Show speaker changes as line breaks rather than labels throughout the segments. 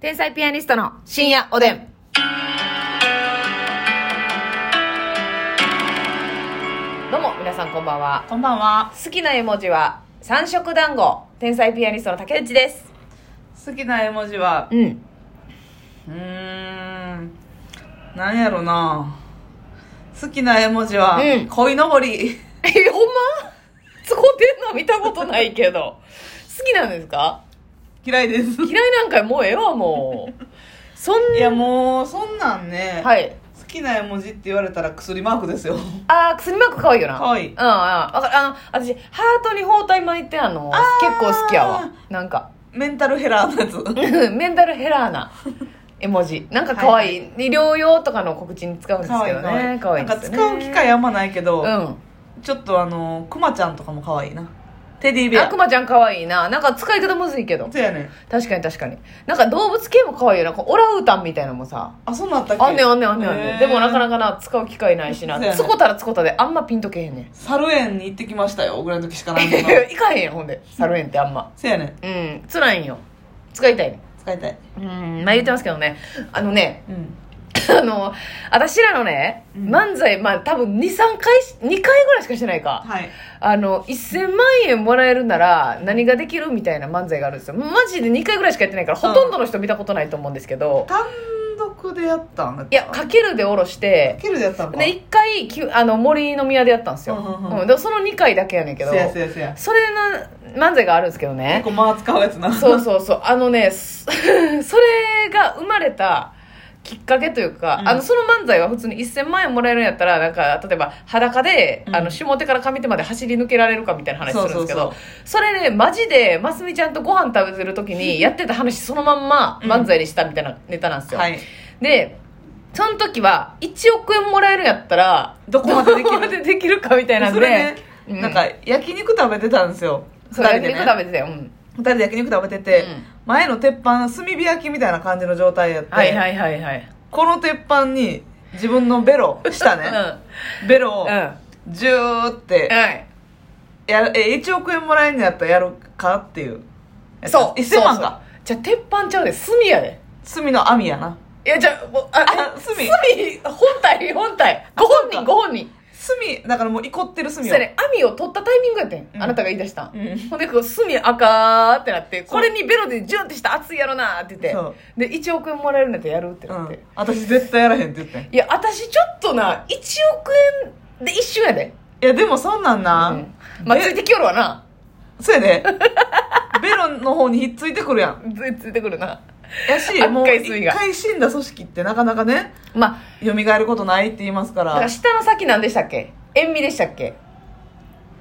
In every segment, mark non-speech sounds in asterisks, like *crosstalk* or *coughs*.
天才ピアニストの深夜おでん。どうも、皆さんこんばんは。
こんばんは。
好きな絵文字は、三色団子。天才ピアニストの竹内です。
好きな絵文字は、
うん。
うーん、なんやろな。好きな絵文字は、
うん
鯉のぼり。 *laughs*
え、ほんま使ってんの見たことないけど。好きなんですか
嫌いです。
*laughs* 嫌いなんかもうええわ、もう。そん
い
な、
やもう、そんなんね、
はい。
好きな絵文字って言われたら薬マークですよ。 *laughs*
あー、薬マーク可愛いよな。
可愛い
うんうん。わかる。あの、私、ハートに包帯巻いてあんの、結構好きやわ。なんか。
メンタルヘラーのやつ。
うん *laughs* メンタルヘラーな絵文字。なんか可愛い。療養とかの告知に使うんですけどね。可愛い
な
で
んか
すよね。
使う機会あんまないけど、
うん。
ちょっとあの、クマちゃんとかも可愛いな。テディベア。
悪魔ちゃん可愛いな。なんか使い方むずいけど。
そうやねん。
確かに確かに。なんか動物系も可愛いよな。こうオランウータンみたいなのもさ。
あ、そんなんあったっけ
あんねんあんねんあんねんあんねん。でもなかな
か。
かな、使う機会ないしな
そうや。ね
つこたらつこたであんまピンとけへんねん。
猿園に行ってきましたよ、ぐらいの時しか
*laughs*
ないもんな。
行かへんやん、ほんで。サルエンってあんま。
そうやねん。
うん。辛いんよ。使いたいねん。
使いたい。
うん。まあ言ってますけどね。あのね、
うん。
*laughs* あの、私らのね、
うん
漫才、まあ多分2、3回し、2回ぐらいしかしてないか。
はい。
あの、1000万円もらえるなら何ができるみたいな漫才があるんですよ。マジで2回ぐらいしかやってないから、
うん
ほとんどの人見たことないと思うんですけど、
単独でやったん
いや、かけるで下ろして、
けるでやったんか
で、1回きゅ、あの、森の宮でやったんですよ。
うん
う
うんうん
んでその2回だけやねんけど、
せやせやせや
それの漫才があるんですけどね
結。構間使うやつな
そうそうそう。あのね、 *laughs* すそれが生まれたきっかけというか、
うん
あの、その漫才は普通に1000万円もらえるんやったら、なんか、例えば裸で、
うん
あの、下手から上手まで走り抜けられるかみたいな話するんですけ
そ
ど
うそう、
それね、マジで、ますみちゃんとご飯食べてる時にやってた話そのまんま
うん
漫才にしたみたいなネタなんですよ。
はい
で、その時は、1億円もらえるんやったら、
どこまでできる
*laughs* どこまでできるかみたいなんで、
それね、
うん
なんか焼肉食べてたんですよ
そう、
二人
焼
でね
肉食べてたよ。うん。
二人で焼肉食べてて、
うん
前の鉄板炭火焼きみたいな感じの状態やって、
はいはいはいはい。
この鉄板に自分のベロしたね、ベロ
*laughs*
を
うん。うん。
ジューって
はい。
やるえ1億円もらえるんのやったらやるかっていう
そう。
1000
そう
万
そう
か。
じゃあ、鉄板ちゃうで、炭やで。
炭の網やない
や、じゃあ、もうあ、
あ
え
炭
炭、本体、本体。ご本
そう
人、
か
ご本人。
炭だからもう怒ってる炭
そ
を
れね、網を取ったタイミングやってん。
うん
あなたが言い出したん。
うん
ほんで、こう、炭赤ーってなって、
そう
これにベロでジュンってした熱いやろなーって言
そ
って。で、1億円もらえるんだったらやるって
う
なって
ん。、私絶対やらへんって言ってん
いや、私ちょっとな、1億円で一瞬やで。
いやでもそんなんな、
うんまあ、ついてきよるわな。
そうやで *laughs* ベロの方にひっついてくるやん
つついてくるな。*laughs*
やし
あ
もう
一回水
一
が
回死んだ組織ってなかなかね
まあ、
蘇ることないって言いますか
だから
ら
下の先なんでしたっけ塩味でしたっけ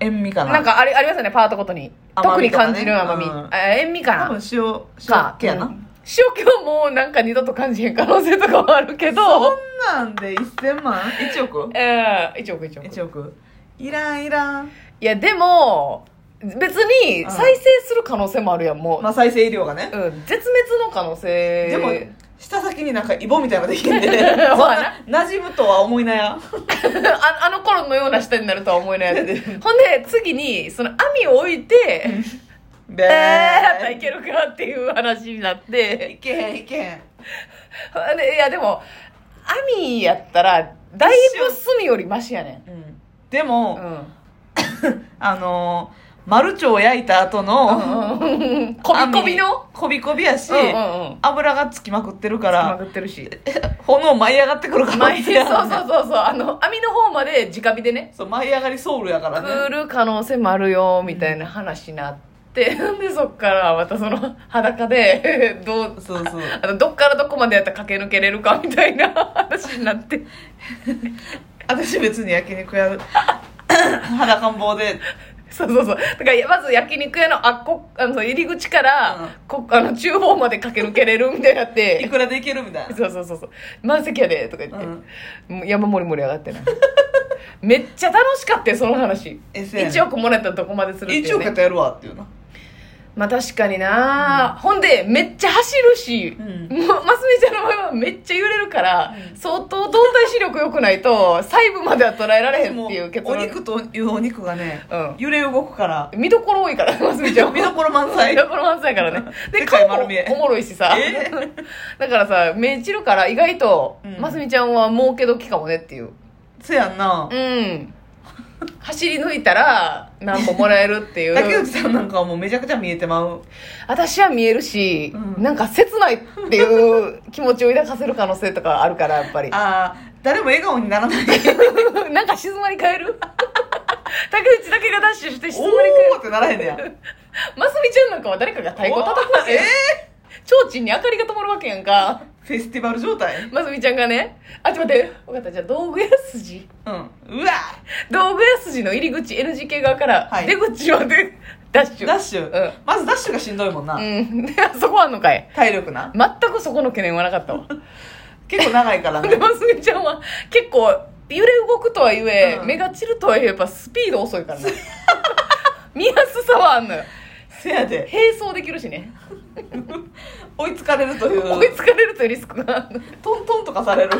塩味かな
なんかあれありますよね、パートごとに。
甘
特に
みとか
感
ね
じる甘み。
うん
あ塩味か
多分
な
塩塩
か。
気やな、
うん塩気はもうなんか二度と感じへん可能性とかはあるけ
そ
ど
ん、なんで1000万 ?1 億
ええ一億一億。
?1 億いらんいらん、
いや、でも、別に
うん
再生する可能性もあるやん、もう。
まあ、再生医療がね、
うん、絶滅の可能性。
でも舌先になんかイボみたいなのできてんでそん
*laughs* まあ
な馴染むとは思いなや
*laughs* ああの頃のような舌になるとは思
*laughs*
えないやつ
で
ほんで次にその網を置いて
べ
*laughs* *laughs* えーやったらいけるかっていう話になって
いけへんいけへ
*laughs*
ん
でいやでも網やったらだいぶ隅よりマシやね
うんで
ん
も、
*laughs* うん
あのー、マルチョを焼いた後の、
こびこびの
網こびこびやし、
うんうんうん
油がつきまくってるか
つま
ら、
ぐってるし
炎舞い上がってくるから。
前に *laughs* そうそうそうそうあの網の方まで直火でね
*laughs* そう舞い上がりソウルやから
来
ね。
る可能性もあるよみたいな話になって、 *laughs* でそっからまたその裸で *laughs* どう
そうそう。
あのどっからどこまでやったら駆け抜けれるかみたいな話になって
私別に焼肉 *coughs* やる。裸ん坊で。
そうそうそうだからまず焼肉屋のあっこあのその入り口から、
うん
こあの厨房まで駆け抜けれるみたい
*laughs*
になっ
い
て
くらでいけるみたいな。
そうそうそうそう満席やでとか言って、もう山盛り盛り上がってな *laughs* めっちゃ楽しかったよその話
えそうやね
1億もらったらどこまでするってい
1
う、
億や
ね
っ、たらやるわっていうな。
まあ確かにな、ほんでめっちゃ走るし、
うん
もうますみちゃんの場合はめっちゃ揺れるから、
うん
相当動体視力良くないと細部までは捉えられへんっていう結
お
論
肉というお肉がね、
うん
揺れ動くから
見どころ多いからますみちゃんは
見どころ満載
見どころ満載や
*laughs*
からねで
世界
顔も
丸見え
おもろいしさ
え
*laughs* だからさ目散るから意外と、
うん
ますみちゃんは儲け時かもねっていう
せやんな、
うん走り抜いたら何個もらえるっていう
竹内さんなんかはもうめちゃくちゃ見えてまう
私は見えるし、
うん
なんか切ないっていう *laughs* 気持ちを抱かせる可能性とかあるからやっぱり
ああ誰も笑顔にならない
*laughs* なんか静まり返る *laughs* 竹内だけがダッシュして静まり返る
おおってならへんねや
ますみちゃんなんかは誰かが太鼓叩くわけ
え
提灯に明かりが灯るわけやんか
フェスティバル状態
ますみちゃんがねあちょっと待って分かったじゃあ道具屋筋
うんうわ
道具屋筋の入り口 NGK 側から、
はい
出口までダッシュ
ダッシュ、
うん
まずダッシュがしんどいもんな、
うんで *laughs* そこあんのかい
体力な
全くそこの懸念はなかったわ
結構長いから
で
ね
ますみちゃんは結構揺れ動くとはいえ、
うん
目が散るとはいえやっぱスピード遅いからね *laughs* 見やすさはあんのよ
せやで
並走できるしね
追いつかれるとい
*laughs* 追いうつかれるというリスクがあるの *laughs*
トントンとかされる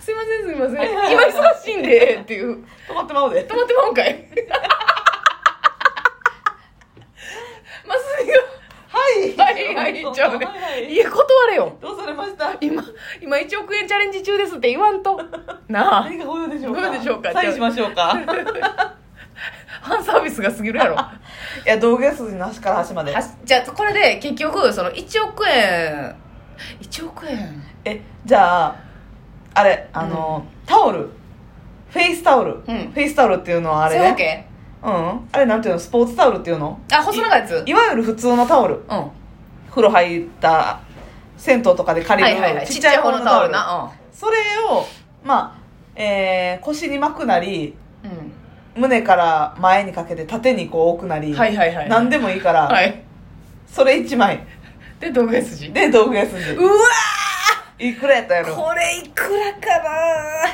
すいませんすいませ
*laughs* はい
ん
はい
今
はい
忙しいんでっていう
止まってまうで
止まってまうんかい *laughs* ますみが
はい
はい
*laughs*
はい言っちゃうね
はいはい
いや断れよ
どうされました
今今1億円チャレンジ中ですって言わんとなあ
何かご用でしょうか
ご用でしょうか
サインしましょうか
ファンサービスが過ぎ *laughs* るやろ
いや道具屋筋の端から端まで
はじゃあこれで結局その1億円1億円
えじゃああれあの、タオルフェイスタオル、フェイスタオルっていうのはあれ
そういうわ
ね
け
うんあれなんていうのスポーツタオルっていうの
あ細長いやつうん
いわゆる普通のタオル風呂入った銭湯とかで借り
は
る、
いはいはいちっちゃい方のタオルな
それをまあ、えー腰に巻くなり
うん、
胸から前にかけて縦にこう置くなり、
はいはいはい
何でもいいから、
はい
それ1枚
で道具屋筋
で道具屋筋
うわ
いくらやったや
ー
ろ
これいくらかな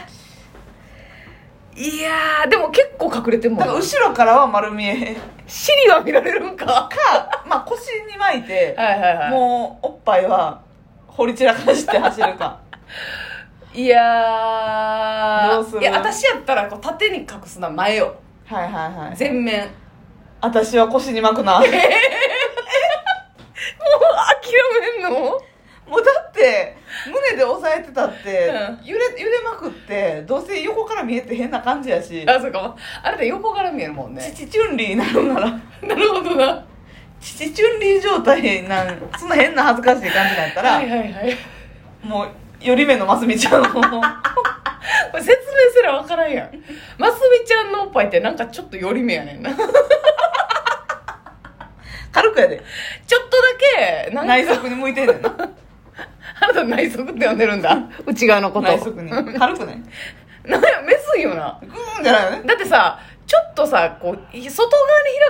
いやーでも結構隠れてんもん
だから後ろからは丸見え
*laughs* 尻は見られるんか
か、まあ、腰に巻いて、
はいはいはい
もうおっぱいは掘り散らかして走る
*laughs*
か
いやー
どうする
いや私やったらこう縦に隠すな前を
はいはいはい
全面もう
私は腰に巻くな
諦めんの
もうだって胸で押さえてたって、
う
揺れ揺れまくってどうせ横から見えて変な感じやし
あそうかあれだ横から見えるもんね
チチチュンリーになるなら
なるほどなは
チチチュンリー状態なんそんな変な恥ずかしい感じだったら、
いはいはい
もうより目のますみちゃんを
こ
*laughs*
れ説明すら分からん *laughs* やんますみちゃんのおっぱいってなんかちょっと寄り目や *laughs* ねんなちょっと
軽くやで
だけなんか
内側に向いてんねんな
あなた内側って呼んでるんだ内側のこと
内側に
うん
軽くね
*laughs* なんやめずいよな
グーンじゃないよね
だってさちょっとさこう外側に開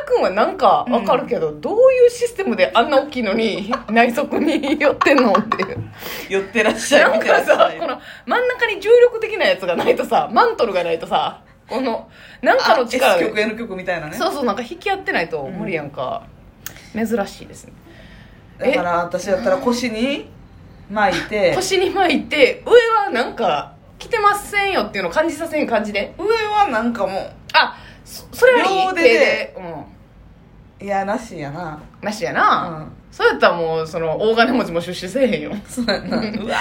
くんはなんかわかるけど、どういうシステムであんな大きいのに内側に寄ってんのって
*laughs*
いう
寄ってらっしゃ
ないん
みた
か
いな
さこの真ん中に重力的なやつがないとさマントルがないとさこのなんかの力
あ S
で
曲 N 曲みたいなね
そうそうなんか引き合ってないと無理やんか、珍しいですね
だから私だったら腰に巻いて
腰に巻いて上はなんか着てませんよっていうのを感じさせん感じで
上はなんかも
あそそれは
両腕で
手うん
ういやなしやな
なしやな、
うん
そうやったらもうその大金持ちも出資せえへんよ
そうやなう
*laughs*
わ
やっぱ趣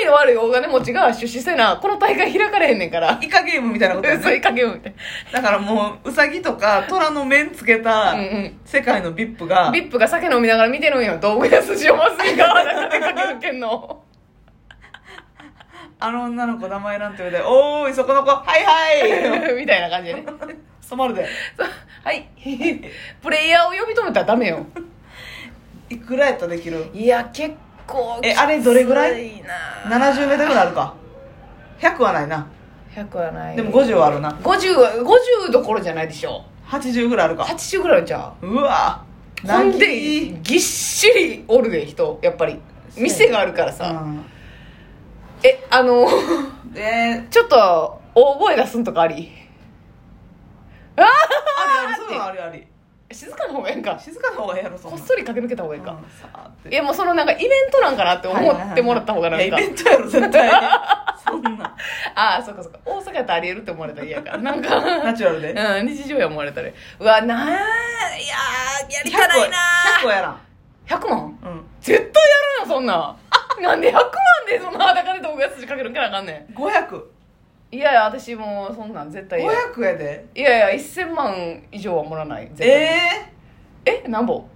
味の悪い大金持ちが出資せなこの大会開かれへんねんから
イカゲームみたいなことや
嘘
ね
いかけようみたい
だからもうウサギとか虎の面つけた
なうんうん
世界の VIP が
ビップが酒飲みながら見てるんよ道具屋筋をまずいが中で駆け抜けんの
あの女の子名前なんて言うで「おーいそこの子は
*laughs*
いはい!
みたいな感じでね」
染まるで
そうはい。 *laughs* プレイヤーを呼び止めたらダメよ。
いくらやったらできる
いや、結構
えあれどれぐらい
きついな
70メートルぐらいあるか100はないな
?100 はない。
でも50はあるな
50は、50どころじゃないでしょ。
80ぐらいあるか
80ぐらいじゃ
うわ
う。ほん
ラッ
で
キ、
ぎっしりおるで、人。やっぱり。
そう
店があるからさ。
ーうん
え、あの、
で
*laughs* ちょっと、大声出すんとかありあ
あるあるそういうのあるあり
静かな方がええんか
静かな方がええやろそん
こ
な
っそり駆け抜けた方がいいか
うんさーって
いやもうそのなんかイベントなんかなって思ってもらった方がなんか、
いやイベントやろ絶対そんな
ああそうかそうか大阪やったらありえるって思われたら嫌やからなん *laughs* か
ナチュラルで
うん、日常や思われたりうわなんやーやりたないな
100個やらん
ー 100, 万
うん
絶対やらんよそんなんなんで100万でそんな裸で動画やつかけるんからあかんね
500500
んいやいや私もうそんなん絶対嫌い
やで
やいや1000万以上はもらわない絶対
え
えなんぼ *laughs*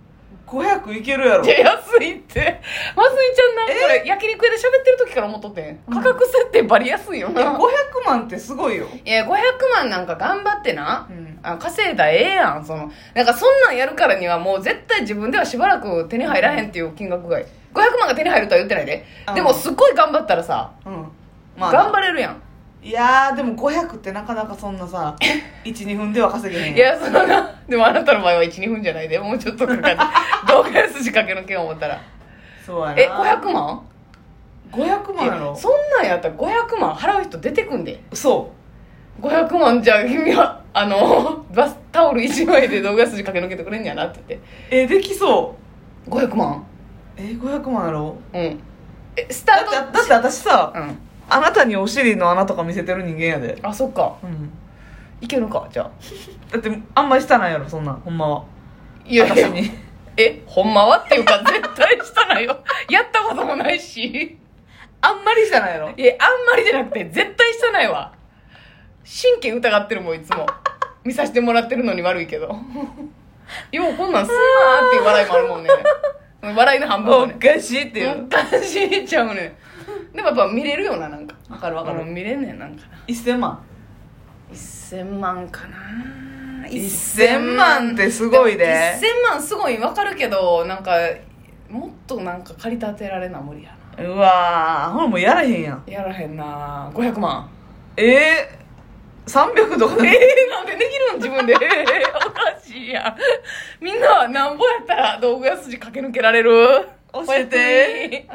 ー、500いけるやろ
いや安いってまずいちゃんなん
え
これ焼肉屋で喋ってる時から思っとってん価格設定バリ安いよ
いや
な、
500万ってすごいよ、
いや500万なんか頑張ってな、
うん
あ稼いだらええやんそのなんかそんなんやるからにはもう絶対自分ではしばらく手に入らへんっていう金額がいい500万が手に入るとは言ってないで
うん
でもすっごい頑張ったらさ、
うんまあ、
頑張れるやん、
いやーでも500ってなかなかそん
*laughs*
なさ12分では稼げへん
いやそんなでもあなたの場合は12分じゃないでもうちょっとかかって
*laughs*
動画や筋かけの件思ったら
そうやな
え500万
500万やろ
いやそんなんやったら500万払う人出てくんで
そ
500万じゃあ君はあのバスタオル1枚で動画筋かけ抜けてくれんやなって言って
うえできそう
500万
え500万やろ
うんえス
だ
タ
っ
ート
てだって私さ、
うん
あなたにお尻の穴とか見せてる人間やで
あそっか
うん
いけるかじゃあ
だってあんまりしたないやろそんなんほんまはい
やい
私
や
に
えほんまはっていうか絶対したなよやったこともないし
あんまりしたないやろ
いやあんまりじゃなくて絶対したないわ神経疑ってるもんいつも見させてもらってるのに悪いけどようこんなんすんなーっていう笑いもあるもんね笑いの半分も
お
ね
かしいっていう、
おかしいちゃうねでもやっぱ見れるよななんか
わかるわかる
うん見れんねんなんかな
1000万
1000万かな
1000万ってすごいね
1000万すごいわかるけどなんかもっとなんか借り立てられな無理やな
うわーほらもうやらへんやん
やらへんな500万
えー、300とか
え
で
えなんでできるん自分で *laughs* おかしいやんみんなはなんぼやったら道具や筋駆け抜けられる
教えて
おやすみ